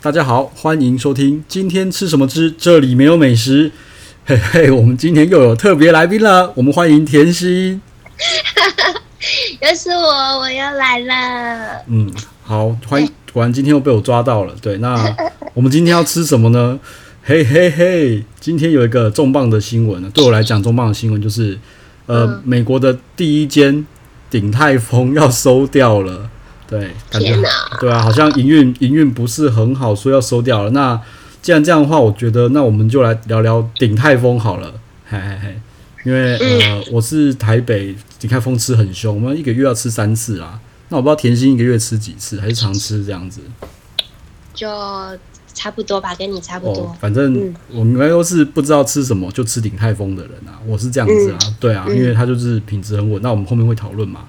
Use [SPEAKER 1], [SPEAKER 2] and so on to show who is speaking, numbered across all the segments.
[SPEAKER 1] 大家好，欢迎收听今天吃什么之这里没有美食。嘿嘿，我们今天又有特别来宾了，我们欢迎甜心。
[SPEAKER 2] 又是我，我又来了。
[SPEAKER 1] 嗯，好，欢迎。果然今天又被我抓到了。对，那 我们今天要吃什么呢？嘿嘿嘿，今天有一个重磅的新闻，啊对我来讲重磅的新闻就是，呃，
[SPEAKER 2] 嗯
[SPEAKER 1] 美国的第一间鼎泰丰要收掉了。对，感觉
[SPEAKER 2] 天哪！
[SPEAKER 1] 对啊，好像营运营运不是很好，所以要收掉了。那既然这样的话，我觉得那我们就来聊聊鼎泰丰好了，嘿嘿嘿。因为
[SPEAKER 2] 嗯
[SPEAKER 1] 呃，我是台北鼎泰丰吃很凶，我们一个月要吃三次啦。那我不知道甜心一个月吃几次，还是常吃这样子。
[SPEAKER 2] 就差不多吧，跟你差不多。
[SPEAKER 1] 哦，反正
[SPEAKER 2] 嗯
[SPEAKER 1] 我们都是不知道吃什么就吃鼎泰丰的人啊，我是这样子啊，
[SPEAKER 2] 嗯
[SPEAKER 1] 对啊，因为它就是品质很稳。那我们后面会讨论嘛。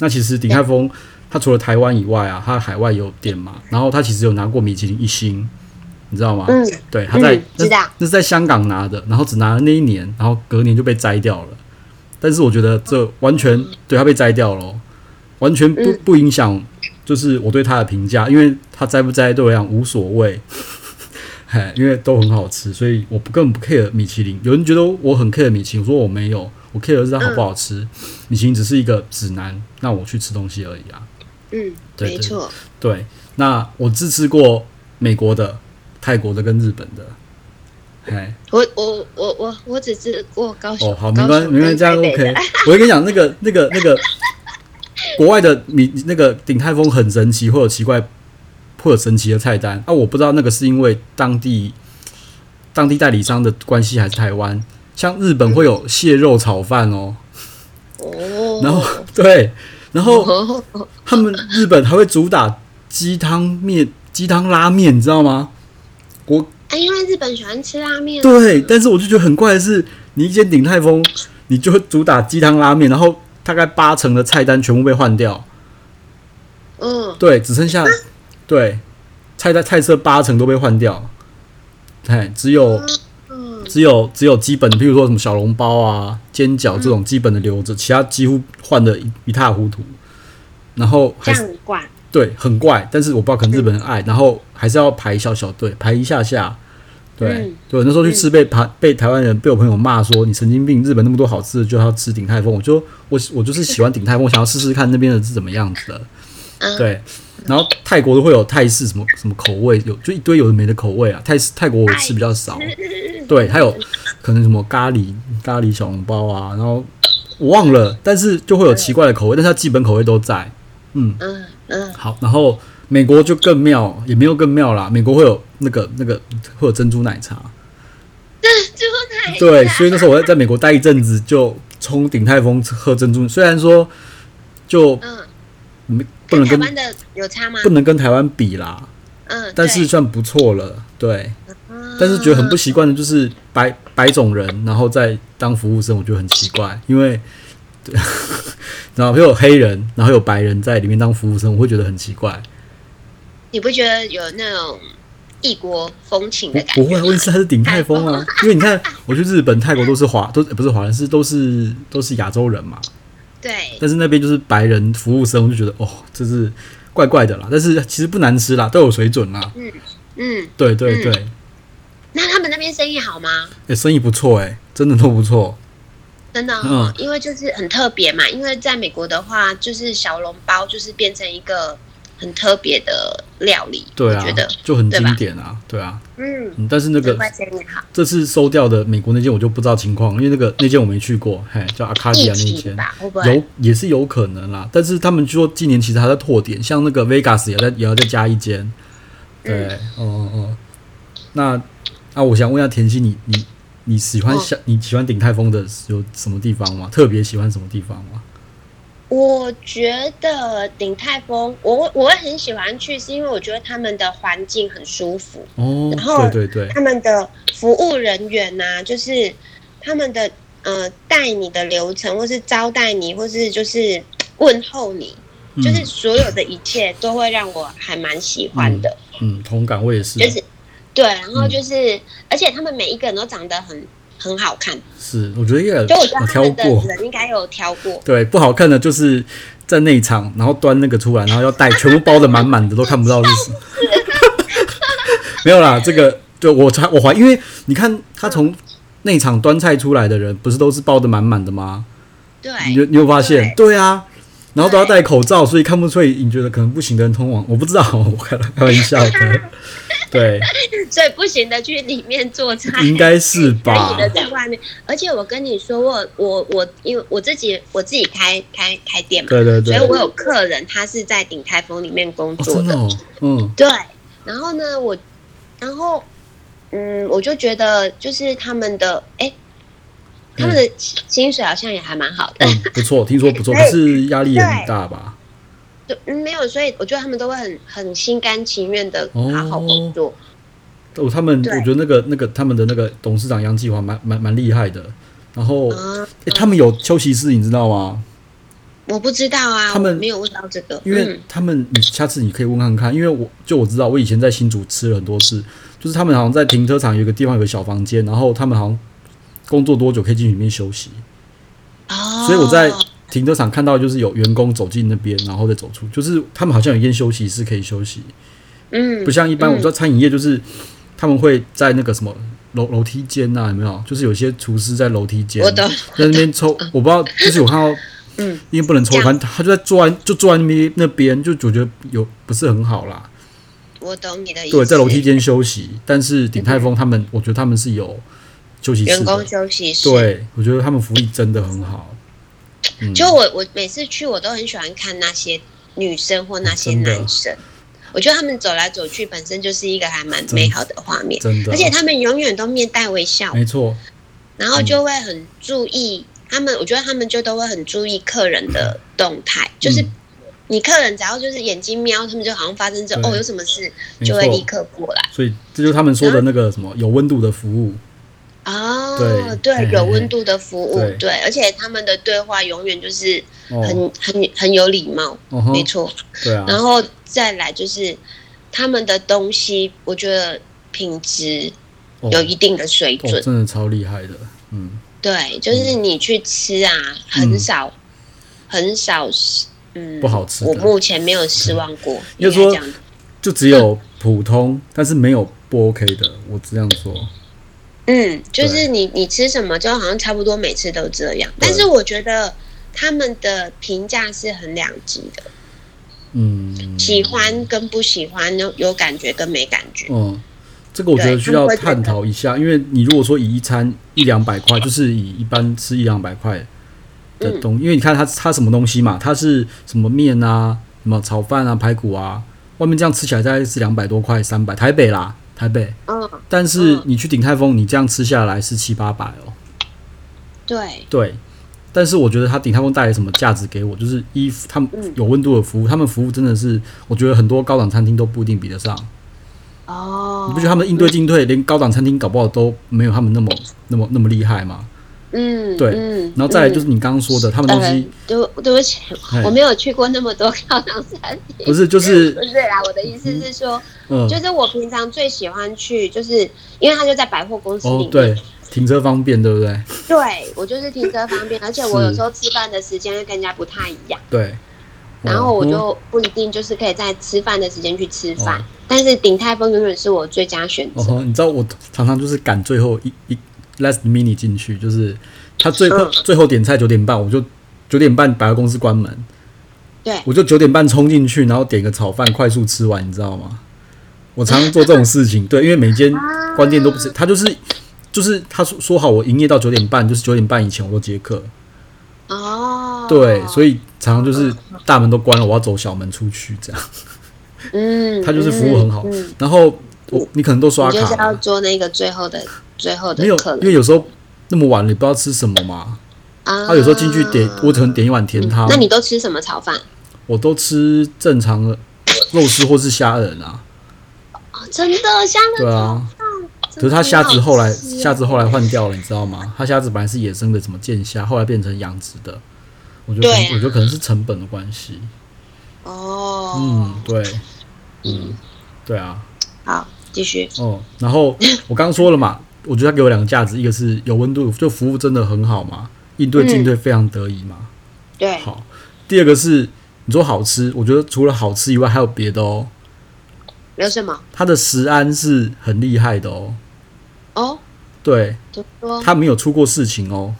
[SPEAKER 1] 那其实鼎泰丰它除了台湾以外啊，它海外也有店嘛，然后它其实有拿过米其林一星，你知道吗？
[SPEAKER 2] 嗯，
[SPEAKER 1] 对，他在、
[SPEAKER 2] 嗯
[SPEAKER 1] 那
[SPEAKER 2] 知道
[SPEAKER 1] 那是在香港拿的，然后只拿了那一年，然后隔年就被摘掉了。但是我觉得这完全对他被摘掉了哦，完全不
[SPEAKER 2] 嗯
[SPEAKER 1] 不影响，就是我对他的评价，因为他摘不摘对我来讲无所谓，嘿，因为都很好吃，所以我不根本不 care 米其林。有人觉得我很 care 米其林，我说我没有，我 care 的是它好不好吃，
[SPEAKER 2] 嗯
[SPEAKER 1] 米其林只是一个指南，让我去吃东西而已啊。
[SPEAKER 2] 嗯，
[SPEAKER 1] 对
[SPEAKER 2] 没错。
[SPEAKER 1] 对，那我只吃过美国的、泰国的跟日本的，嘿。
[SPEAKER 2] 我我我我我只吃过高雄。
[SPEAKER 1] 哦，好，没
[SPEAKER 2] 高
[SPEAKER 1] 关系，
[SPEAKER 2] 雄
[SPEAKER 1] 没关系，
[SPEAKER 2] 跟
[SPEAKER 1] 这样
[SPEAKER 2] 台北
[SPEAKER 1] OK
[SPEAKER 2] 的。
[SPEAKER 1] 我会跟你讲，那个、那个、那个，国外的米那个鼎泰丰很神奇，会有奇怪，会有神奇的菜单啊！我不知道那个是因为当地当地代理商的关系，还是台湾。像日本会有蟹肉炒饭哦，
[SPEAKER 2] 哦，
[SPEAKER 1] 然后 对，然后
[SPEAKER 2] 哦，
[SPEAKER 1] 他们日本还会主打鸡汤面、鸡汤拉面，你知道吗？国
[SPEAKER 2] 啊，因为日本喜欢吃拉面。
[SPEAKER 1] 对，但是我就觉得很怪的是，你一间鼎泰丰，你就会主打鸡汤拉面，然后大概八成的菜单全部被换掉，
[SPEAKER 2] 嗯，
[SPEAKER 1] 对，只剩下对菜单菜色八成都被换掉，哎，只有
[SPEAKER 2] 嗯
[SPEAKER 1] 只有只有基本的，譬如说什么小笼包啊、煎饺这种基本的留着，其他几乎换的一一塌糊涂，然后还是
[SPEAKER 2] 酱馆。
[SPEAKER 1] 对很怪，但是我不知道可能日本人爱，然后还是要排小小队，排一下下。对、
[SPEAKER 2] 嗯
[SPEAKER 1] 对，那时候去吃被排、被台湾人被我朋友骂说你神经病，日本那么多好吃的就要吃鼎泰丰，我就我我就是喜欢鼎泰丰，我想要试试看那边的是怎么样子的。
[SPEAKER 2] 嗯
[SPEAKER 1] 对，然后泰国都会有泰式什么什么口味，有就一堆有的没的口味啊。泰式泰国我吃比较少，对，还有可能什么咖喱咖喱小笼包啊，然后我忘了，但是就会有奇怪的口味，但是它基本口味都在。嗯，
[SPEAKER 2] 嗯嗯
[SPEAKER 1] 好，然后美国就更妙，也没有更妙啦。美国会有那个那个会有珍珠奶茶，
[SPEAKER 2] 猪嗯奶。
[SPEAKER 1] 对，所以那时候我在在美国待一阵子，就冲鼎泰丰喝珍珠。虽然说就
[SPEAKER 2] 嗯，
[SPEAKER 1] 没不
[SPEAKER 2] 跟
[SPEAKER 1] 能
[SPEAKER 2] 台
[SPEAKER 1] 跟
[SPEAKER 2] 湾的有差吗
[SPEAKER 1] 不？能跟台湾比啦，
[SPEAKER 2] 嗯，
[SPEAKER 1] 但是
[SPEAKER 2] 对，
[SPEAKER 1] 算不错了，对。
[SPEAKER 2] 嗯
[SPEAKER 1] 但是觉得很不习惯的就是白白种人，然后再当服务生，我觉得很奇怪，因为。 对然后又有黑人，然后有白人在里面当服务生，我会觉得很奇怪。
[SPEAKER 2] 你不觉得有那种异国风情
[SPEAKER 1] 不
[SPEAKER 2] 的感觉
[SPEAKER 1] 不会，问题是它是鼎泰丰 啊，因为你看，我去日本、泰国都是华，都、呃不是华人，是都是都是亚洲人嘛。
[SPEAKER 2] 对，
[SPEAKER 1] 但是那边就是白人服务生，我就觉得哦，这是怪怪的啦。但是其实不难吃啦，都有水准啦。
[SPEAKER 2] 嗯，
[SPEAKER 1] 对对
[SPEAKER 2] 嗯
[SPEAKER 1] 对，
[SPEAKER 2] 那他们那边生意好吗？
[SPEAKER 1] 诶，生意不错诶，真的都不错。
[SPEAKER 2] 真的、
[SPEAKER 1] 嗯
[SPEAKER 2] 哦，因为就是很特别嘛。因为在美国的话，就是小笼包就是变成一个很特别的料理，
[SPEAKER 1] 对啊
[SPEAKER 2] 我觉得，
[SPEAKER 1] 就很
[SPEAKER 2] 对
[SPEAKER 1] 经
[SPEAKER 2] 吧
[SPEAKER 1] 典啊，对啊。
[SPEAKER 2] 嗯，
[SPEAKER 1] 嗯，但是那
[SPEAKER 2] 难
[SPEAKER 1] 个
[SPEAKER 2] 怪生意好，
[SPEAKER 1] 这次收掉的美国那间我就不知道情况，因为那个那间我没去过，嘿，叫阿卡迪亚
[SPEAKER 2] 疫
[SPEAKER 1] 那
[SPEAKER 2] 情
[SPEAKER 1] 间。
[SPEAKER 2] 吧，会不会？
[SPEAKER 1] 有也是有可能啦，但是他们说今年其实还在拓点，像那个 Vegas 也在也要再加一
[SPEAKER 2] 嗯
[SPEAKER 1] 间。对，哦哦哦。那啊，我想问一下甜心，你你你喜欢
[SPEAKER 2] 哦
[SPEAKER 1] 像、你喜欢鼎泰丰的有什么地方吗？特别喜欢什么地方吗？
[SPEAKER 2] 我觉得鼎泰丰，我会我会很喜欢去，是因为我觉得他们的环境很舒服，
[SPEAKER 1] 哦，
[SPEAKER 2] 然后
[SPEAKER 1] 对对对，
[SPEAKER 2] 他们的服务人员呐、就是他们的呃带你的流程，或是招待你，或是就是问候你，就是
[SPEAKER 1] 嗯
[SPEAKER 2] 所有的一切都会让我还蛮喜欢的，
[SPEAKER 1] 嗯，同感，我也是，
[SPEAKER 2] 就是对，然后就是，而且他们每一个人都长得很很好看，
[SPEAKER 1] 是，我觉得也
[SPEAKER 2] 就我觉
[SPEAKER 1] 我
[SPEAKER 2] 得他
[SPEAKER 1] 挑
[SPEAKER 2] 们的
[SPEAKER 1] 过，
[SPEAKER 2] 人应该有挑过，
[SPEAKER 1] 对，不好看的就是在内场，然后端那个出来，然后要带，全部包的满满的，都看不到是什么。 没有啦，这个对我才我怀，因为你看他从内场端菜出来的人，不是都是包的满满的吗？
[SPEAKER 2] 对，
[SPEAKER 1] 你有你有发现？对啊，然后都要戴口罩，所以看不出你觉得可能不行的人通往，我不知道，我开开玩笑的。 对，
[SPEAKER 2] 所以不行的去里面做菜，
[SPEAKER 1] 应该是
[SPEAKER 2] 可以
[SPEAKER 1] 吧？
[SPEAKER 2] 的在外面。而且我跟你说，我我我，因为我自己我自己开开开店嘛，
[SPEAKER 1] 对对
[SPEAKER 2] 所
[SPEAKER 1] 对
[SPEAKER 2] 以，我有客人他是在鼎泰丰里面工
[SPEAKER 1] 哦，
[SPEAKER 2] 作
[SPEAKER 1] 真的、哦，嗯
[SPEAKER 2] 对，然后呢，我，然后，嗯，我就觉得就是他们的，
[SPEAKER 1] 嗯
[SPEAKER 2] 哎、他们的薪薪水好像也还蛮好的，
[SPEAKER 1] 嗯，不错，听说不错，可
[SPEAKER 2] 对
[SPEAKER 1] 是压力也很大吧？
[SPEAKER 2] 就、嗯、没有，所以我觉得他们都会很很心甘情愿的
[SPEAKER 1] 哦
[SPEAKER 2] 好好工作。
[SPEAKER 1] 哦，他们
[SPEAKER 2] 对
[SPEAKER 1] 我觉得那个那个他们的那个董事长杨继华蛮蛮蛮厉害的，然后、
[SPEAKER 2] 啊，
[SPEAKER 1] 诶他们有休息室，你知道吗？
[SPEAKER 2] 我不知道啊，
[SPEAKER 1] 他们
[SPEAKER 2] 我没有问到这个，
[SPEAKER 1] 因为
[SPEAKER 2] 嗯、
[SPEAKER 1] 他们，你下次你可以问看看，因为我就我知道，我以前在新竹吃了很多次，就是他们好像在停车场有一个地方有个小房间，然后他们好像工作多久可以进去里面休息，
[SPEAKER 2] 哦，
[SPEAKER 1] 所以我在停车场看到就是有员工走进那边，然后再走出，就是他们好像有一间休息室可以休息，
[SPEAKER 2] 嗯
[SPEAKER 1] 不像一般
[SPEAKER 2] 嗯
[SPEAKER 1] 我知道餐饮业就是他们会在那个什么楼楼梯间啊呐、有没有？就是有些厨师在楼梯间，
[SPEAKER 2] 我懂
[SPEAKER 1] 在那边抽，我不知道，就是我看到，
[SPEAKER 2] 嗯，
[SPEAKER 1] 因为不能抽，
[SPEAKER 2] 这样
[SPEAKER 1] 反正他就在坐在就坐在那边那边，就我觉得有不是很好啦。
[SPEAKER 2] 我懂你的意思，
[SPEAKER 1] 对，在楼梯间休息，但是鼎泰丰他们，我觉得他们是有休息室
[SPEAKER 2] 员工
[SPEAKER 1] 的，
[SPEAKER 2] 休息室，
[SPEAKER 1] 对我觉得他们福利真的很好，嗯，
[SPEAKER 2] 就我我每次去，我都很喜欢看那些女生或那些
[SPEAKER 1] 真的
[SPEAKER 2] 男生，我觉得他们走来走去本身就是一个还蛮美好的画面，
[SPEAKER 1] 真的嗯
[SPEAKER 2] 而，且他们永远都面带微笑，
[SPEAKER 1] 没错，
[SPEAKER 2] 然后就会很注意他们，我觉得他们就都会很注意客人的动态，就是
[SPEAKER 1] 嗯
[SPEAKER 2] 你客人只要就是眼睛瞄，他们就好像发生这
[SPEAKER 1] 对
[SPEAKER 2] 哦有什么事
[SPEAKER 1] 没
[SPEAKER 2] 就
[SPEAKER 1] 错
[SPEAKER 2] 会，立刻过来
[SPEAKER 1] 所以这就是他们说的那个什么有温度的服务，
[SPEAKER 2] 哦
[SPEAKER 1] 对，嘿
[SPEAKER 2] 对
[SPEAKER 1] 嘿，
[SPEAKER 2] 有
[SPEAKER 1] 嘿
[SPEAKER 2] 温度的服务
[SPEAKER 1] 对，
[SPEAKER 2] 对，而且他们的对话永远就是很、
[SPEAKER 1] 哦，
[SPEAKER 2] 很很有礼貌，
[SPEAKER 1] 哦吼
[SPEAKER 2] 没错。
[SPEAKER 1] 对啊，
[SPEAKER 2] 然后再来就是他们的东西，我觉得品质
[SPEAKER 1] 哦
[SPEAKER 2] 有一定的水
[SPEAKER 1] 哦，
[SPEAKER 2] 准。
[SPEAKER 1] 真的超厉害的，嗯，
[SPEAKER 2] 对，就是你去吃啊，很少，很少是嗯
[SPEAKER 1] 不好吃的
[SPEAKER 2] 我目前没有失望过。
[SPEAKER 1] 应该
[SPEAKER 2] 应该
[SPEAKER 1] 说
[SPEAKER 2] 这样，
[SPEAKER 1] 就只有普通，但是没有不 OK 的，我这样说，
[SPEAKER 2] 嗯，
[SPEAKER 1] 对
[SPEAKER 2] 就是你你吃什么，就好像差不多每次都这样。
[SPEAKER 1] 对
[SPEAKER 2] 但是我觉得他们的评价是很两极的，
[SPEAKER 1] 嗯，
[SPEAKER 2] 喜欢跟不喜欢，有有感觉跟没感觉。
[SPEAKER 1] 嗯，这个我觉得
[SPEAKER 2] 对
[SPEAKER 1] 需要
[SPEAKER 2] 他们会觉得
[SPEAKER 1] 探讨一下，因为你如果说以一餐一两百块，就是以一般吃一两百块的
[SPEAKER 2] 嗯
[SPEAKER 1] 东因为你看它它什么东西嘛，它是什么面啊，什么炒饭啊、排骨啊，外面这样吃起来大概是两百多块、三百，台北啦，台北。
[SPEAKER 2] 嗯，
[SPEAKER 1] 但是
[SPEAKER 2] 嗯
[SPEAKER 1] 你去鼎泰丰，你这样吃下来是七八百哦。
[SPEAKER 2] 对，
[SPEAKER 1] 对，但是我觉得它鼎泰丰带来什么价值给我，就是衣服，他们
[SPEAKER 2] 嗯
[SPEAKER 1] 有温度的服务，他们服务真的是，我觉得很多高档餐厅都不一定比得上。
[SPEAKER 2] 哦，
[SPEAKER 1] 你不觉得他们应对进退，连高档餐厅搞不好都没有他们那么那么那么厉害吗？
[SPEAKER 2] 嗯，
[SPEAKER 1] 对
[SPEAKER 2] 嗯，
[SPEAKER 1] 然后再来
[SPEAKER 2] 嗯
[SPEAKER 1] 就是你刚刚说的，他们东西哎
[SPEAKER 2] 呃，对对不起
[SPEAKER 1] 嘿，
[SPEAKER 2] 我没有去过那么多高档餐厅。
[SPEAKER 1] 不是就是
[SPEAKER 2] 不呃是啦，我的意思是说，
[SPEAKER 1] 嗯
[SPEAKER 2] 就是我平常最喜欢去，就是因为它就在百货公司里
[SPEAKER 1] 哦
[SPEAKER 2] 面，
[SPEAKER 1] 对，停车方便对不对？
[SPEAKER 2] 对我就是停车方便，而且我
[SPEAKER 1] 是
[SPEAKER 2] 有时候吃饭的时间会跟人家不太一样，
[SPEAKER 1] 对，
[SPEAKER 2] 然后我
[SPEAKER 1] 哦
[SPEAKER 2] 就不一定就是可以在吃饭的时间去吃饭
[SPEAKER 1] 哦，
[SPEAKER 2] 但是鼎泰丰永远是我最佳选
[SPEAKER 1] 哦
[SPEAKER 2] 择。
[SPEAKER 1] 吼你知道我常常就是赶最后一一 last mini 进去，就是他最后
[SPEAKER 2] 嗯
[SPEAKER 1] 最后点菜九点半，我就九点半百货公司关门，
[SPEAKER 2] 对，
[SPEAKER 1] 我就九点半冲进去，然后点个炒饭快速吃完，你知道吗？我常常做这种事情，对，因为每间关店都
[SPEAKER 2] 啊
[SPEAKER 1] 不是，他就是就是他说说好我营业到九点半，就是九点半以前我都接客，
[SPEAKER 2] 哦，
[SPEAKER 1] 对，所以常常就是大门都关了，我要走小门出去这样，
[SPEAKER 2] 嗯，
[SPEAKER 1] 他就是服务很好
[SPEAKER 2] 嗯嗯，
[SPEAKER 1] 然后我你可能都刷
[SPEAKER 2] 你就是
[SPEAKER 1] 卡
[SPEAKER 2] 要
[SPEAKER 1] 了，
[SPEAKER 2] 做那个最后的最后
[SPEAKER 1] 没
[SPEAKER 2] 的
[SPEAKER 1] 有
[SPEAKER 2] 客，
[SPEAKER 1] 因
[SPEAKER 2] 人
[SPEAKER 1] 为有时候那么晚了，你不知道吃什么嘛，
[SPEAKER 2] 啊
[SPEAKER 1] 他有时候进去点，我只能点一碗甜汤
[SPEAKER 2] 那，你都吃什么炒饭？
[SPEAKER 1] 我都吃正常的肉丝或是虾仁啊，
[SPEAKER 2] 哦，真的虾仁
[SPEAKER 1] 对
[SPEAKER 2] 炒
[SPEAKER 1] 啊。
[SPEAKER 2] 可
[SPEAKER 1] 可是他虾子后来
[SPEAKER 2] 啊
[SPEAKER 1] 虾子后来换掉了，你知道吗？他虾子本来是野生的，什么剑虾，后来变成养殖的。我觉得可能
[SPEAKER 2] 对啊
[SPEAKER 1] 我觉得可能是成本的关系。
[SPEAKER 2] 哦，
[SPEAKER 1] 嗯，对，嗯，对啊，
[SPEAKER 2] 好，继续，
[SPEAKER 1] 哦，然 后我刚说了嘛，我觉得他给我两个价值，一个是有温度，就服务真的很好嘛，应
[SPEAKER 2] 嗯
[SPEAKER 1] 对进退非常得宜嘛。
[SPEAKER 2] 对，
[SPEAKER 1] 好，第二个是你说好吃，我觉得除了好吃以外还有别的哦。
[SPEAKER 2] 有什么？
[SPEAKER 1] 它的食安是很厉害的哦。
[SPEAKER 2] 哦，
[SPEAKER 1] 对，
[SPEAKER 2] 怎么说？
[SPEAKER 1] 它没有出过事情哦。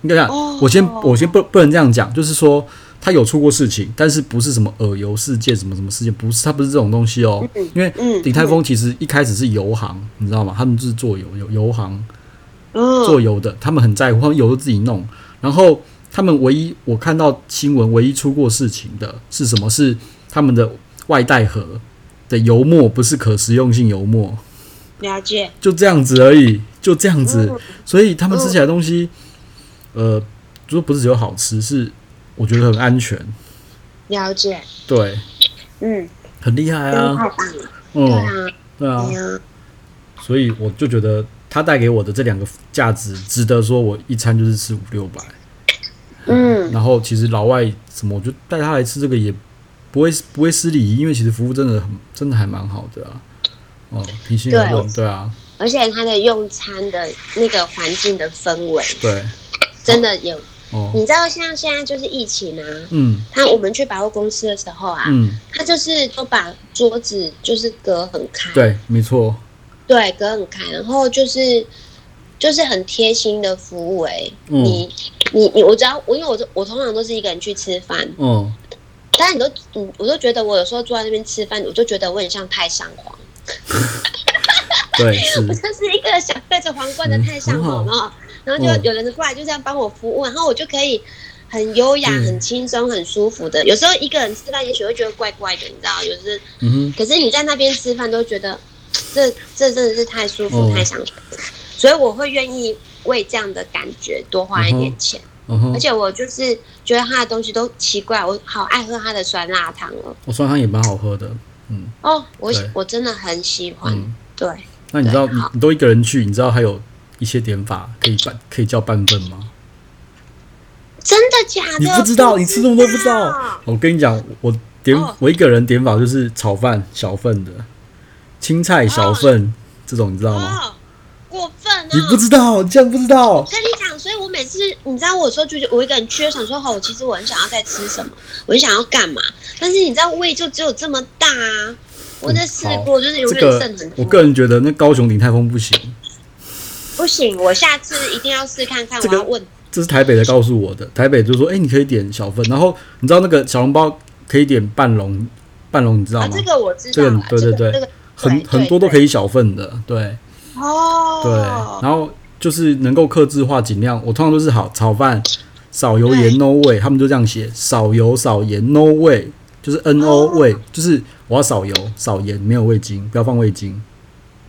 [SPEAKER 1] 应该讲
[SPEAKER 2] 哦，
[SPEAKER 1] 我先我先不不能这样讲，就是说它有出过事情，但是不是什么呃耳油事件，什么什么事件，不是它不是这种东西哦。因为
[SPEAKER 2] 嗯
[SPEAKER 1] 鼎泰丰其实一开始是油行，你知道吗？他们就是做油油油行，
[SPEAKER 2] 嗯
[SPEAKER 1] 做油的，他们很在乎，他们油都自己弄。然后他们唯一我看到新闻唯一出过事情的是什么？是他们的外带盒的油墨不是可食用性油墨，
[SPEAKER 2] 了解。
[SPEAKER 1] 就这样子而已，就这样子。所以他们吃起来的东西，呃，就不是只有好吃，是我觉得很安全，
[SPEAKER 2] 了解，
[SPEAKER 1] 对，
[SPEAKER 2] 嗯，
[SPEAKER 1] 很厉害
[SPEAKER 2] 真的
[SPEAKER 1] 啊，
[SPEAKER 2] 太棒了，对
[SPEAKER 1] 嗯，
[SPEAKER 2] 啊，
[SPEAKER 1] 对啊
[SPEAKER 2] 对，啊，
[SPEAKER 1] 所以我就觉得它带给我的这两个价值，值得说我一餐就是吃五六百。
[SPEAKER 2] 嗯，
[SPEAKER 1] 然后其实老外什么，我就带他来吃这个也不会不会失礼仪，因为其实服务真的很真的还蛮好的啊。哦，平心而论，对啊，
[SPEAKER 2] 而且它的用餐的那个环境的氛围，
[SPEAKER 1] 对，
[SPEAKER 2] 真的有，
[SPEAKER 1] 哦，
[SPEAKER 2] 你知道像现在就是疫情啊，
[SPEAKER 1] 嗯
[SPEAKER 2] 他我们去百货公司的时候啊，
[SPEAKER 1] 嗯，
[SPEAKER 2] 他就是都把桌子就是隔很开，
[SPEAKER 1] 对，没错，
[SPEAKER 2] 对，隔很开，然后就是就是很贴心的服务、欸。
[SPEAKER 1] 嗯
[SPEAKER 2] 你你你，我知道，我因为我都我通常都是一个人去吃饭，
[SPEAKER 1] 嗯，
[SPEAKER 2] 但你都你我都觉得我有时候坐在那边吃饭，我就觉得我很像太上皇，
[SPEAKER 1] 对，是
[SPEAKER 2] 我，就是一个小戴着皇冠的太上
[SPEAKER 1] 嗯
[SPEAKER 2] 皇
[SPEAKER 1] 嗯很
[SPEAKER 2] 哦。然后
[SPEAKER 1] 嗯
[SPEAKER 2] 就有人过来就这样帮我服务，然后我就可以很优雅、
[SPEAKER 1] 嗯
[SPEAKER 2] 很轻松、很舒服的。有时候一个人吃饭，也许会觉得怪怪的，你知道，有时
[SPEAKER 1] 嗯哼，
[SPEAKER 2] 可是你在那边吃饭都觉得，这这真的是太舒服、
[SPEAKER 1] 哦
[SPEAKER 2] 太享受，所以我会愿意为这样的感觉多花一点钱。
[SPEAKER 1] 嗯哼
[SPEAKER 2] 而，且我就是觉得他的东西都奇怪，我好爱喝他的酸辣汤哦。
[SPEAKER 1] 我酸汤也蛮好喝的，嗯
[SPEAKER 2] 哦，我
[SPEAKER 1] 对
[SPEAKER 2] 我真的很喜欢。
[SPEAKER 1] 嗯。
[SPEAKER 2] 对，
[SPEAKER 1] 那你知道
[SPEAKER 2] 对
[SPEAKER 1] 你
[SPEAKER 2] 好
[SPEAKER 1] 你都一个人去，你知道还有一些点法可以半可以叫半份吗？
[SPEAKER 2] 真的假的？
[SPEAKER 1] 你不知道，你吃这么多不知道。我跟你讲，我点
[SPEAKER 2] 哦
[SPEAKER 1] 我一个人点法就是炒饭小份的，青菜小份这种，你知道吗？
[SPEAKER 2] 哦，过分啊！
[SPEAKER 1] 你不知道，你竟然不知道
[SPEAKER 2] 我，跟你讲，所以我每次你知道，我有时候就觉得我一个人去，我想说，哦，其实我很想要在吃什么，我很想要干嘛，但是你知道胃就只有这么大啊。我在试过，就是永
[SPEAKER 1] 嗯这
[SPEAKER 2] 远
[SPEAKER 1] 个
[SPEAKER 2] 剩很
[SPEAKER 1] 我
[SPEAKER 2] 多。
[SPEAKER 1] 个人觉得那高雄鼎泰丰不行，
[SPEAKER 2] 不行，我下次一定要试看看。
[SPEAKER 1] 这个
[SPEAKER 2] 我要问，
[SPEAKER 1] 这是台北的告诉我的，台北就说，哎、你可以点小份，然后你知道那个小笼包可以点半笼，半笼你知道
[SPEAKER 2] 啊，
[SPEAKER 1] 吗？
[SPEAKER 2] 这个我知
[SPEAKER 1] 这
[SPEAKER 2] 道
[SPEAKER 1] 个
[SPEAKER 2] 了，
[SPEAKER 1] 对对
[SPEAKER 2] 这个
[SPEAKER 1] 对
[SPEAKER 2] 这个
[SPEAKER 1] 很
[SPEAKER 2] 对
[SPEAKER 1] 很
[SPEAKER 2] 对
[SPEAKER 1] 多都可
[SPEAKER 2] 对
[SPEAKER 1] 以小份的，对。
[SPEAKER 2] 哦，
[SPEAKER 1] 对，然后就是能够克制化，尽量我通常都是好炒饭，少油盐 no 味，他们就这样写，少油少盐 no 味，就是 n o
[SPEAKER 2] 哦
[SPEAKER 1] 味，就是我要少油少盐，没有味精，不要放味精。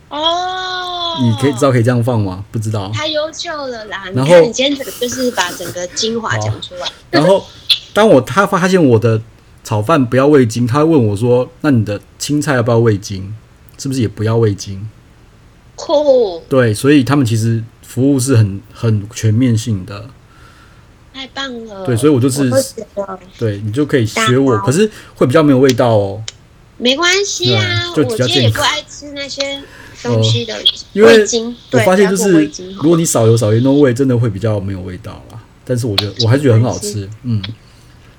[SPEAKER 2] 哦，
[SPEAKER 1] 你可以知道可以这样放吗？不知道。
[SPEAKER 2] 太优秀了啦！你
[SPEAKER 1] 然
[SPEAKER 2] 看
[SPEAKER 1] 后
[SPEAKER 2] 你今天整个就是把整个精华讲出来，
[SPEAKER 1] 然后当我他发现我的炒饭不要味精，他会问我说：“那你的青菜要不要味精？是不是也不要味精
[SPEAKER 2] 酷，？”
[SPEAKER 1] 对，所以他们其实服务是很很全面性的。
[SPEAKER 2] 太棒了。
[SPEAKER 1] 对，所以我就是
[SPEAKER 2] 嗯我会觉得
[SPEAKER 1] 对你就可以学我，
[SPEAKER 2] 大包
[SPEAKER 1] 可是会比较没有味道哦。
[SPEAKER 2] 没关系啊，
[SPEAKER 1] 对就比
[SPEAKER 2] 我
[SPEAKER 1] 较
[SPEAKER 2] 今天也
[SPEAKER 1] 健康哦
[SPEAKER 2] 不爱吃那些东西的
[SPEAKER 1] 因为
[SPEAKER 2] 味精，
[SPEAKER 1] 我
[SPEAKER 2] 对，
[SPEAKER 1] 发现就
[SPEAKER 2] 不要过
[SPEAKER 1] 是
[SPEAKER 2] 味精，
[SPEAKER 1] 如果你少油少盐弄味，真的会比较没有味道啦。但是我觉得我还是觉得很好吃，嗯，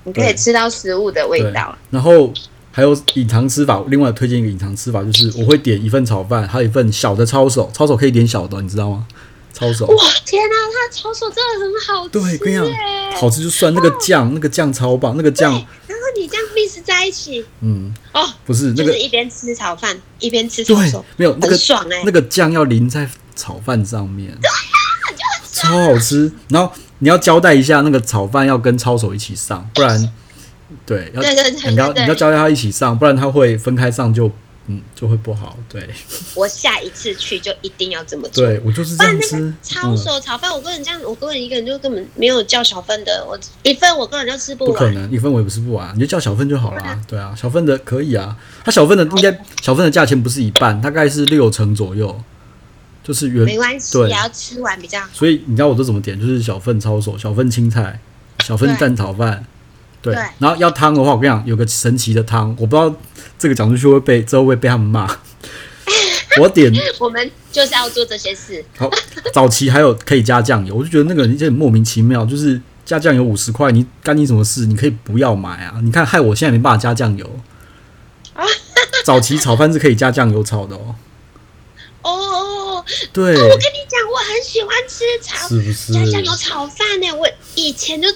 [SPEAKER 2] 你可以吃到食物的味
[SPEAKER 1] 对
[SPEAKER 2] 道。。
[SPEAKER 1] 然后还有隐藏吃法，另外推荐一个隐藏吃法，就是我会点一份炒饭，还有一份小的抄手，抄手可以点小的，你知道吗？抄手，
[SPEAKER 2] 哇，天啊，它的抄手真的很好吃、
[SPEAKER 1] 对，
[SPEAKER 2] 耶！
[SPEAKER 1] 跟你讲，好吃就算那个酱，那个酱超棒，那个酱，
[SPEAKER 2] 然后你这样 mix 在一起，
[SPEAKER 1] 嗯，
[SPEAKER 2] 哦，
[SPEAKER 1] 不是那
[SPEAKER 2] 就
[SPEAKER 1] 个
[SPEAKER 2] 是一边吃炒饭一边吃抄
[SPEAKER 1] 对
[SPEAKER 2] 手，，
[SPEAKER 1] 没有那个
[SPEAKER 2] 很爽啊哎、
[SPEAKER 1] 那个酱要淋在炒饭上 面，超好吃。然后你要交代一下，那个炒饭要跟抄手一起上，不然对要
[SPEAKER 2] 对对对
[SPEAKER 1] 你要
[SPEAKER 2] 对对
[SPEAKER 1] 你要交代他一起上，不然他会分开上就嗯就会不好。对
[SPEAKER 2] 我下一次去就一定要这么做。
[SPEAKER 1] 对，我就是
[SPEAKER 2] 不
[SPEAKER 1] 这
[SPEAKER 2] 然
[SPEAKER 1] 样
[SPEAKER 2] 那
[SPEAKER 1] 吃
[SPEAKER 2] 个。抄
[SPEAKER 1] 嗯，
[SPEAKER 2] 手炒饭，我个人这样，我个人一个人就根本没有叫小份的，我一份我个人就吃不
[SPEAKER 1] 不可
[SPEAKER 2] 完。
[SPEAKER 1] 能，一份我也不是不啊，你就叫小份就好啦。对啊，小份的可以啊，它小份的
[SPEAKER 2] 哎
[SPEAKER 1] 应该小份的价钱不是一半，大概是六成左右，就是原
[SPEAKER 2] 没关系，
[SPEAKER 1] 对
[SPEAKER 2] 也要吃完比较好。
[SPEAKER 1] 所以你知道我都怎么点，就是小份抄手、小份青菜、小份蛋炒饭，对。
[SPEAKER 2] 对
[SPEAKER 1] 然后要汤的话，我跟你讲，有个神奇的汤，我不知道这个讲出去会被之后会被他们骂。 我点
[SPEAKER 2] 我们就是要做这些事。
[SPEAKER 1] 好，早期还有可以加酱油，我就觉得那个人有点莫名其妙，就是加酱油五十块，你 干你什么事？你可以不要买啊！你看害我现在没办法加酱油。早期炒饭是可以加酱油炒的哦。
[SPEAKER 2] 哦哦，哦
[SPEAKER 1] 对，
[SPEAKER 2] 我跟你讲，我很喜欢吃炒
[SPEAKER 1] 是不是？
[SPEAKER 2] 家酱油炒饭呢、我以前就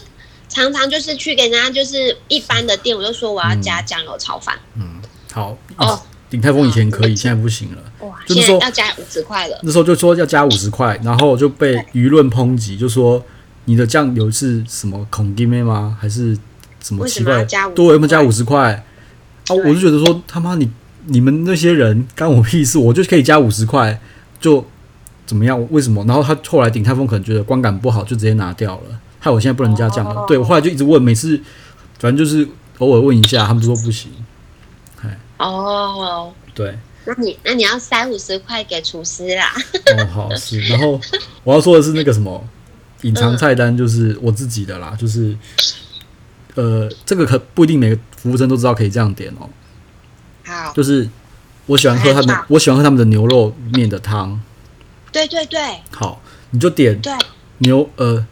[SPEAKER 2] 常常就是去给人家就是一般的店，我就说我要
[SPEAKER 1] 嗯
[SPEAKER 2] 加酱油炒饭，
[SPEAKER 1] 好
[SPEAKER 2] 哦，
[SPEAKER 1] 鼎泰丰以前可以，现在不行了。
[SPEAKER 2] 哇，
[SPEAKER 1] 就是
[SPEAKER 2] 现在
[SPEAKER 1] 说
[SPEAKER 2] 要加五十块了。
[SPEAKER 1] 那时候就说要加五十块，然后就被舆论抨击，就说你的酱油是什么孔弟妹吗？还是什么奇怪
[SPEAKER 2] 为什么要加
[SPEAKER 1] 的？
[SPEAKER 2] 50
[SPEAKER 1] 对，为什么加五十块？啊，
[SPEAKER 2] 对
[SPEAKER 1] 我就觉得说他妈你你们那些人干我屁事，我就可以加五十块，就怎么样？为什么？然后他后来鼎泰丰可能觉得观感不好，就直接拿掉了，害我现在不能加酱油。
[SPEAKER 2] 哦
[SPEAKER 1] 对我后来就一直问，每次反正就是偶尔问一下，他们就说不行。
[SPEAKER 2] 哦，
[SPEAKER 1] 对，
[SPEAKER 2] 那你那你要塞五十块给厨师啦。
[SPEAKER 1] 哦，好是。然后我要说的是那个什么隐藏菜单，就是我自己的啦，就是呃，这个可不一定每个服务生都知道可以这样点哦。
[SPEAKER 2] 好，
[SPEAKER 1] 就是我喜欢喝他们
[SPEAKER 2] 还好，
[SPEAKER 1] 我喜欢喝他们的牛肉面的汤。
[SPEAKER 2] 对对对
[SPEAKER 1] 好，你就点
[SPEAKER 2] 对，
[SPEAKER 1] 牛呃，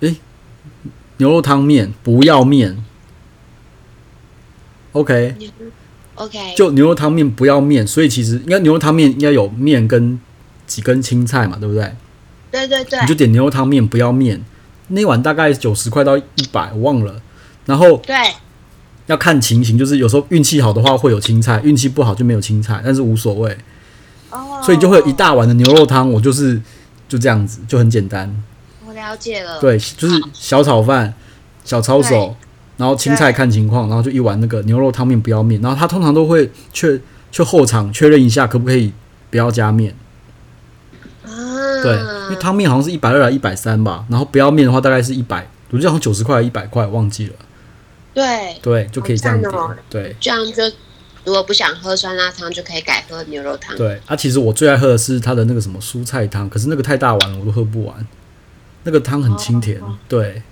[SPEAKER 1] 诶，牛肉汤面不要面。OK，
[SPEAKER 2] 你 OK，
[SPEAKER 1] 就牛肉汤面不要面，所以其实应该牛肉汤面应该有面跟几根青菜嘛，对不对？
[SPEAKER 2] 对对对
[SPEAKER 1] 你，就点牛肉汤面，不要面。那碗大概九十块到一百，我忘了。然后
[SPEAKER 2] 对
[SPEAKER 1] 要看情形，就是有时候运气好的话会有青菜，运气不好就没有青菜，但是无所谓。
[SPEAKER 2] 哦，
[SPEAKER 1] 所以就会有一大碗的牛肉汤，我就是就这样子，就很简单。
[SPEAKER 2] 我了解了，
[SPEAKER 1] 对，就是小炒饭、小抄手，然后青菜看情况，然后就一碗那个牛肉汤面不要面。然后他通常都会确去后场确认一下可不可以不要加面。
[SPEAKER 2] 啊，
[SPEAKER 1] 对，因为汤面好像是一百二啊一百三吧，然后不要面的话大概是一百，我记得好像九十块还一百块，忘记了。
[SPEAKER 2] 对，
[SPEAKER 1] 对，就可以这样点
[SPEAKER 2] 好赞哦。
[SPEAKER 1] 对
[SPEAKER 2] 这样就如果不想喝酸辣汤，就可以改喝牛肉汤。
[SPEAKER 1] 对，啊，其实我最爱喝的是它的那个什么蔬菜汤，可是那个太大碗了，我都喝不完。那个汤很清
[SPEAKER 2] 哦
[SPEAKER 1] 甜，对。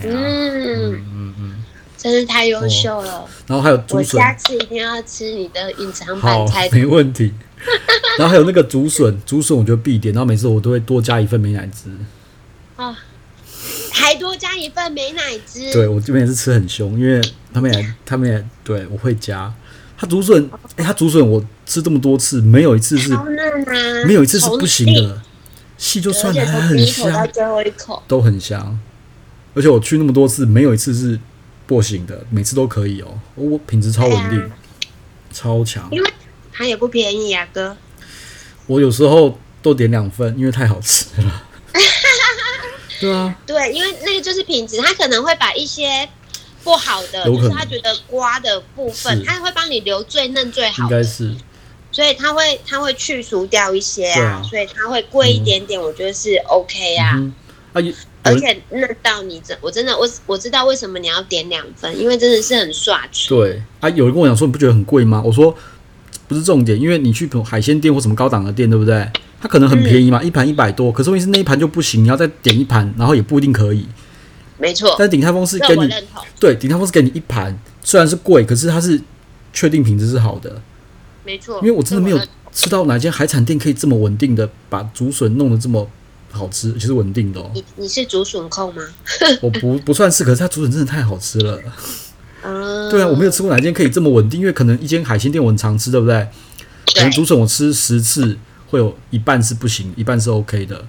[SPEAKER 1] 哎呀
[SPEAKER 2] 嗯，
[SPEAKER 1] 嗯嗯，
[SPEAKER 2] 真是太优秀了！
[SPEAKER 1] 然后还有
[SPEAKER 2] 我
[SPEAKER 1] 竹笋，
[SPEAKER 2] 下次一定要吃你的隐藏版
[SPEAKER 1] 好
[SPEAKER 2] 菜，
[SPEAKER 1] 没问题。然后还有那个竹笋， 竹笋我觉得必点，然后每次我都会多加一份美乃滋。
[SPEAKER 2] 哦，还多加一份美乃滋。
[SPEAKER 1] 对我这边也是吃很凶，因为他们也他们也对我会加。它竹笋，哎、它竹笋我吃这么多次，没有一次是
[SPEAKER 2] 超嫩啊！
[SPEAKER 1] 没有一次是不行
[SPEAKER 2] 从第，
[SPEAKER 1] 的，细就算
[SPEAKER 2] 而
[SPEAKER 1] 了，
[SPEAKER 2] 且
[SPEAKER 1] 它
[SPEAKER 2] 从
[SPEAKER 1] 很
[SPEAKER 2] 第一口到
[SPEAKER 1] 香。
[SPEAKER 2] 最后一口，
[SPEAKER 1] 都很香，而且我去那么多次，没有一次是不行的，每次都可以哦。我品质超稳定，
[SPEAKER 2] 对啊
[SPEAKER 1] 超强。
[SPEAKER 2] 因为它也不便宜啊，哥。
[SPEAKER 1] 我有时候都点两份，因为太好吃 了。对啊，
[SPEAKER 2] 对，因为那个就是品质，它可能会把一些不好的，
[SPEAKER 1] 有
[SPEAKER 2] 就
[SPEAKER 1] 可能
[SPEAKER 2] 是他觉得瓜的部
[SPEAKER 1] 是
[SPEAKER 2] 分，它会帮你留最嫩最
[SPEAKER 1] 应
[SPEAKER 2] 好
[SPEAKER 1] 该
[SPEAKER 2] 的，
[SPEAKER 1] 是
[SPEAKER 2] 所以它会它会去除掉一些
[SPEAKER 1] 对啊
[SPEAKER 2] 啊，所以它会贵一点点，我觉得是 OK 啊。
[SPEAKER 1] 嗯哼啊，有
[SPEAKER 2] 而
[SPEAKER 1] 有
[SPEAKER 2] 且嫩到你真，我真的我我知道为什么你要点两份，因为真的是很刷出。
[SPEAKER 1] 对啊，有人跟我讲说你不觉得很贵吗？我说不是重点，因为你去海鲜店或什么高档的店，对不对？它可能
[SPEAKER 2] 嗯
[SPEAKER 1] 很便宜嘛，一盘一百多，可是问题是那一盘就不行，你要再点一盘，然后也不一定可以。
[SPEAKER 2] 没错，
[SPEAKER 1] 但是鼎泰丰是
[SPEAKER 2] 这
[SPEAKER 1] 给
[SPEAKER 2] 我
[SPEAKER 1] 你
[SPEAKER 2] 认同，
[SPEAKER 1] 对，鼎泰丰是给你一盘，虽然是贵，可是它是确定品质是好的。
[SPEAKER 2] 哦没错。
[SPEAKER 1] 因为我真的没有
[SPEAKER 2] 这我认
[SPEAKER 1] 吃到哪间海产店可以这么稳定的把竹笋弄得这么好吃，其实稳定的哦。
[SPEAKER 2] 你你是竹笋控吗？
[SPEAKER 1] 我不不算是，可是它竹笋真的太好吃了。
[SPEAKER 2] 嗯，
[SPEAKER 1] 对啊，我没有吃过哪间可以这么稳定，因为可能一间海鲜店我很常吃，对不对？可能
[SPEAKER 2] 对
[SPEAKER 1] 竹笋我吃十次，会有一半是不行，一半是 OK 的。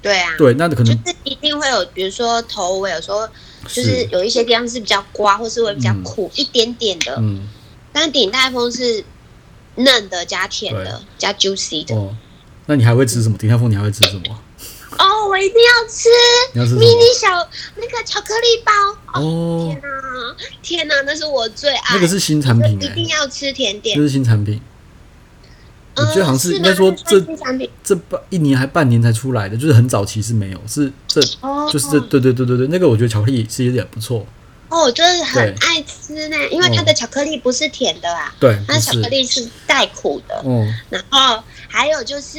[SPEAKER 2] 对啊，
[SPEAKER 1] 对，那可
[SPEAKER 2] 就
[SPEAKER 1] 能
[SPEAKER 2] 是一定会有，比如说头尾，有时候就是
[SPEAKER 1] 是
[SPEAKER 2] 有一些地方是比较刮，或是会比较
[SPEAKER 1] 嗯
[SPEAKER 2] 苦一点点的，
[SPEAKER 1] 嗯
[SPEAKER 2] 但鼎泰丰是嫩的加甜的
[SPEAKER 1] 对
[SPEAKER 2] 加 juicy 的。
[SPEAKER 1] 哦，那你还会吃什么？鼎泰丰你还会吃什么？
[SPEAKER 2] 哦，我一定要吃
[SPEAKER 1] 你要吃什
[SPEAKER 2] 迷
[SPEAKER 1] 么？
[SPEAKER 2] 你小那个巧克力包。
[SPEAKER 1] 哦
[SPEAKER 2] 天，哪、天哪、那是我最爱。
[SPEAKER 1] 那个是新产品
[SPEAKER 2] 就
[SPEAKER 1] 哎、
[SPEAKER 2] 一定要吃甜点
[SPEAKER 1] 那。是新产品。我
[SPEAKER 2] 嗯
[SPEAKER 1] 觉得好像是
[SPEAKER 2] 是
[SPEAKER 1] 应该说
[SPEAKER 2] 吗
[SPEAKER 1] 这
[SPEAKER 2] 新产品
[SPEAKER 1] 这半一年还半年才出来的，就是很早期是没有，是这
[SPEAKER 2] 哦，
[SPEAKER 1] 就是这对对对对对，那个我觉得巧克力其实也不错，
[SPEAKER 2] 哦，我真的很
[SPEAKER 1] 对
[SPEAKER 2] 爱吃呢，因为它的巧克力不是甜的啊，
[SPEAKER 1] 对，不
[SPEAKER 2] 它巧
[SPEAKER 1] 是
[SPEAKER 2] 克，力是带苦的。
[SPEAKER 1] 嗯
[SPEAKER 2] 然后还有就是，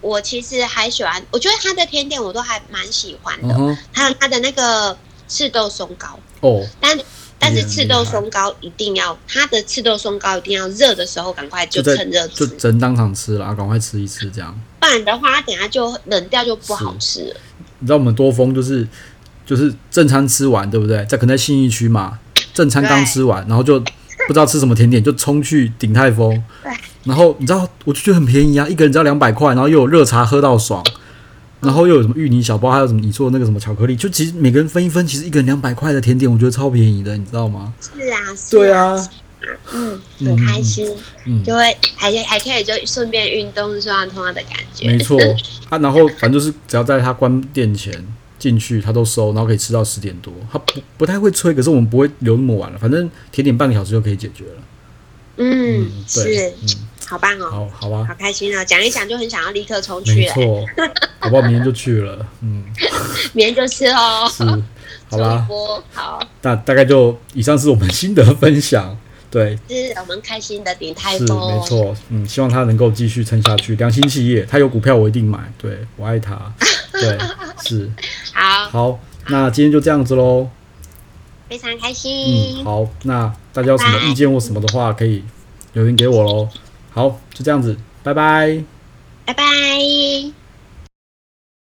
[SPEAKER 2] 我其实还喜欢，我觉得它的甜点我都还蛮喜欢
[SPEAKER 1] 嗯
[SPEAKER 2] 的，
[SPEAKER 1] 哼，
[SPEAKER 2] 还有它的那个赤豆松糕，
[SPEAKER 1] 哦，
[SPEAKER 2] 但但是赤豆
[SPEAKER 1] 厉害
[SPEAKER 2] 松糕一定要它的赤豆松糕一定要热的时候赶快
[SPEAKER 1] 就
[SPEAKER 2] 就
[SPEAKER 1] 在
[SPEAKER 2] 趁热
[SPEAKER 1] 就
[SPEAKER 2] 吃，
[SPEAKER 1] 只能当场吃了，赶快吃一吃这样。
[SPEAKER 2] 不然的话它等下就冷掉就不好吃了。
[SPEAKER 1] 你知道我们多峰就是就是正餐吃完对不对？在可能在信义区嘛，正餐刚
[SPEAKER 2] 对
[SPEAKER 1] 吃完，然后就不知道吃什么甜点，就冲去鼎泰丰
[SPEAKER 2] 对，
[SPEAKER 1] 然后你知道我就觉得很便宜啊，一个人只要两百块，然后又有热茶喝到爽，然后又有什么芋泥小包，还有什么你做的那个什么巧克力，就其实每个人分一分，其实一个人两百块的甜点，我觉得超便宜的，你知道吗？
[SPEAKER 2] 是啊，是
[SPEAKER 1] 对，啊，
[SPEAKER 2] 嗯，很开心，
[SPEAKER 1] 嗯
[SPEAKER 2] 就会还可以还可以就顺便运动刷牙通话的感觉，嗯
[SPEAKER 1] 没 错啊，然后反正就是只要在他关店前进去，他都收，然后可以吃到十点多。他不不太会催，可是我们不会留那么晚了，反正甜点半个小时就可以解决了。
[SPEAKER 2] 嗯，
[SPEAKER 1] 嗯，对
[SPEAKER 2] 是，，
[SPEAKER 1] 嗯，
[SPEAKER 2] 好棒哦，
[SPEAKER 1] 好好吧
[SPEAKER 2] 好，开心哦，讲一讲就很想要立刻冲
[SPEAKER 1] 没
[SPEAKER 2] 去了，
[SPEAKER 1] 错，好不好？明天就去了，嗯，
[SPEAKER 2] 明天就是哦，
[SPEAKER 1] 是，好
[SPEAKER 2] 主
[SPEAKER 1] 吧，
[SPEAKER 2] 播好，
[SPEAKER 1] 那大概就以上是我们心得分享，对，
[SPEAKER 2] 是我们开心的顶泰
[SPEAKER 1] 是
[SPEAKER 2] 丰，
[SPEAKER 1] 没，错，嗯，希望他能够继续撑下去，良心企业，他有股票我一定买，对我爱他，对，是，
[SPEAKER 2] 好，
[SPEAKER 1] 好，那今天就这样子喽。
[SPEAKER 2] 非常开
[SPEAKER 1] 嗯，
[SPEAKER 2] 心，
[SPEAKER 1] 好，那大家有什么意见或什么的话，可以留言给我喽。好，就这样子，拜拜。
[SPEAKER 2] 拜拜。